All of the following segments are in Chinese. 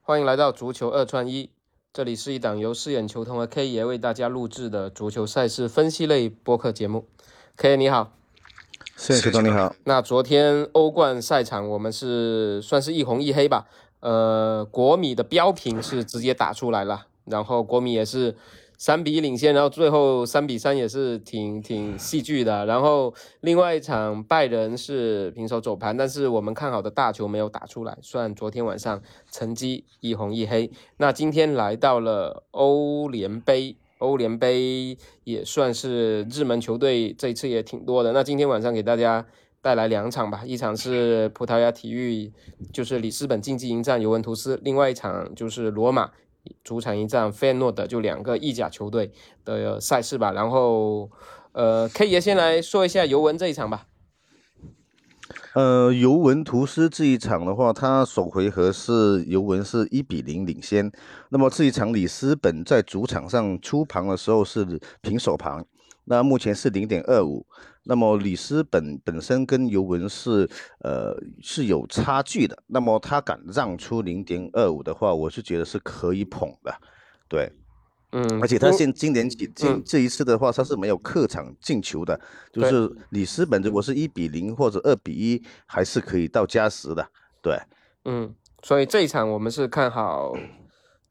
欢迎来到足球二串一，这里是一档由饰演球童和 K 爷为大家录制的足球赛事分析类播客节目。K 爷你好，谢谢总你好。那昨天欧冠赛场我们是算是一红一黑吧？呃，国米的标平是直接打出来了，然后国米也是三比一领先，然后最后三比三也是挺挺戏剧的。然后另外一场拜仁是平手走盘，但是我们看好的大球没有打出来，算昨天晚上成绩一红一黑。那今天来到了欧联杯。欧联杯也算是热门球队，这一次也挺多的。那今天晚上给大家带来两场吧，一场是葡萄牙体育，就是里斯本竞技迎战尤文图斯；另外一场就是罗马主场迎战费诺德，就两个意甲球队的赛事吧。然后，呃，K 爷先来说一下尤文这一场吧。呃，尤文图斯这一场的话，他首回合是尤文是一比零领先。那么这一场里斯本在主场上出盘的时候是平手盘，那目前是零点二五。那么里斯本本身跟尤文是呃是有差距的，那么他敢让出零点二五的话，我是觉得是可以捧的，对。嗯，而且他现今年起今这一次的话，他是没有客场进球的，就是里斯本如果是一比零或者二比一，还是可以到加时的。对，嗯，所以这一场我们是看好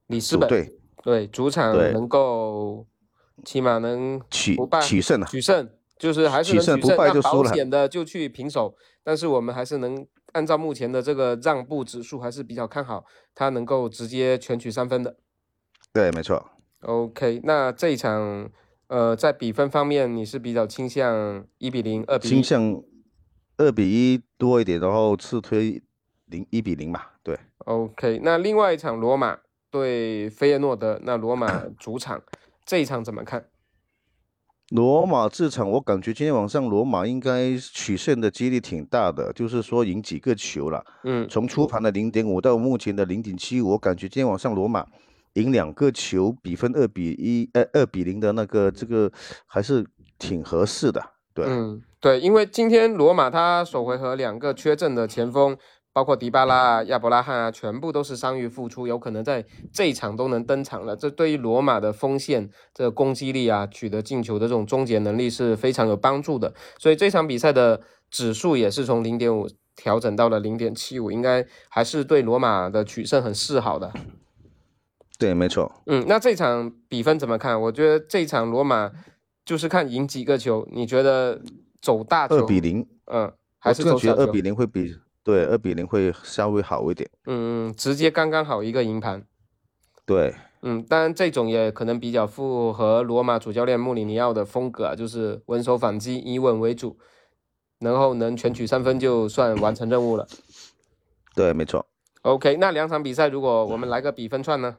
里斯本，对对，主场对能够起码能取不败取胜啊，取胜，就是还是能取胜取不胜，败那就输保了险的就去平手。但是我们还是能按照目前的这个让步指数，还是比较看好他能够直接全取三分的。对，没错。 OK，那这一场，呃，在比分方面你是比较倾向一比零、二比倾一。向二比一多一点，然后次推零一比零嘛。对， OK，那另外一场罗马对菲耶诺德，那罗马主场这一场怎么看？罗马这场我感觉今天晚上罗马应该取胜的几率挺大的，就是说赢几个球了。嗯从出盘的零点五到目前的零点七五，我感觉今天晚上罗马赢两个球，比分二比一，呃，二比零的那个这个还是挺合适的。对，嗯，对，因为今天罗马他首回合两个缺阵的前锋，包括迪巴拉啊、亚伯拉罕啊，全部都是伤愈复出，有可能在这一场都能登场了。这对于罗马的锋线这个攻击力啊，取得进球的这种终结能力是非常有帮助的。所以这场比赛的指数也是从零点五调整到了零点七五，应该还是对罗马的取胜很示好的。对，没错。嗯，那这场比分怎么看？我觉得这场罗马就是看赢几个球，你觉得走大球？二比零，嗯，我还是真的走觉小得球二。比零会比对二比零会稍微好一点。嗯，直接刚刚好一个赢盘。对，嗯，当然这种也可能比较符合罗马主教练穆里尼奥的风格啊，就是稳守反击，以稳为主，然后能全取三分就算完成任务了。对，没错。 OK，那两场比赛如果我们来个比分串呢？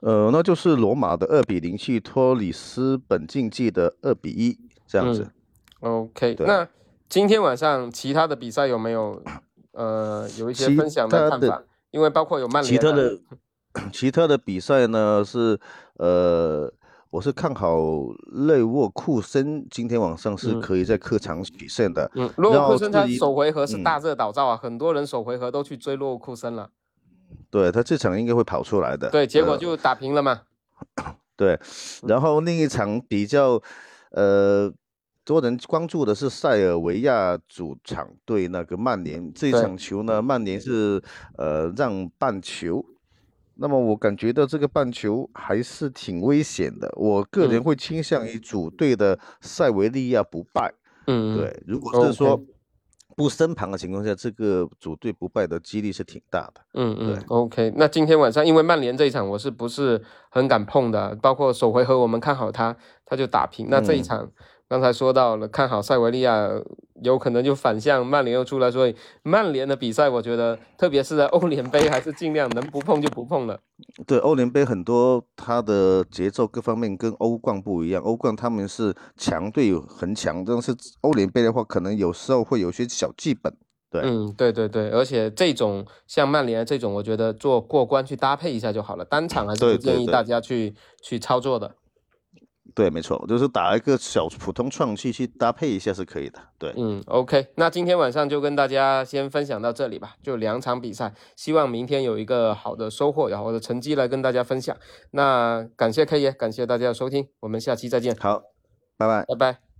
呃，那就是罗马的二比零去拖里斯本竞技的二比一这样嗯子。 OK，对那今天晚上其他的比赛有没有呃有一些其分享的他看的法？因为包括有曼联、其啊，他的 其他的比赛呢是呃，我是看好勒沃库森今天晚上是嗯可以在客场取胜的。嗯，洛然库后森至他于首回合是嗯大热倒灶啊，很多人首回合都去追洛库森了，对他这场应该会跑出来的。对，结果呃就打平了嘛。对，然后另一场比较，呃，多人关注的是塞尔维亚主场对那个曼联这一对场球呢，曼联是呃让半球，那么我感觉到这个半球还是挺危险的，我个人嗯会倾向于主队的塞维利亚不败。嗯，对，如果是 OK 说不升盘的情况下，这个主队不败的几率是挺大的。嗯嗯对，OK。那今天晚上因为曼联这一场我是不是很敢碰的？包括首回合我们看好他，他就打平。那这一嗯场、刚才说到了，看好塞维利亚有可能就反向曼联又出来，所以曼联的比赛我觉得，特别是在欧联杯，还是尽量能不碰就不碰了。对，欧联杯很多它的节奏各方面跟欧冠不一样，欧冠他们是强队很强，但是欧联杯的话，可能有时候会有些小剧本。对嗯，对对对，而且这种像曼联这种，我觉得做过关去搭配一下就好了，单场还是对不建对议对大家去去操作的。对，没错，就是打一个小普通创气去搭配一下是可以的。对，嗯，OK，那今天晚上就跟大家先分享到这里吧，就两场比赛，希望明天有一个好的收获，然后的成绩来跟大家分享。那感谢 K 爷，感谢大家的收听，我们下期再见，好，拜拜。拜拜。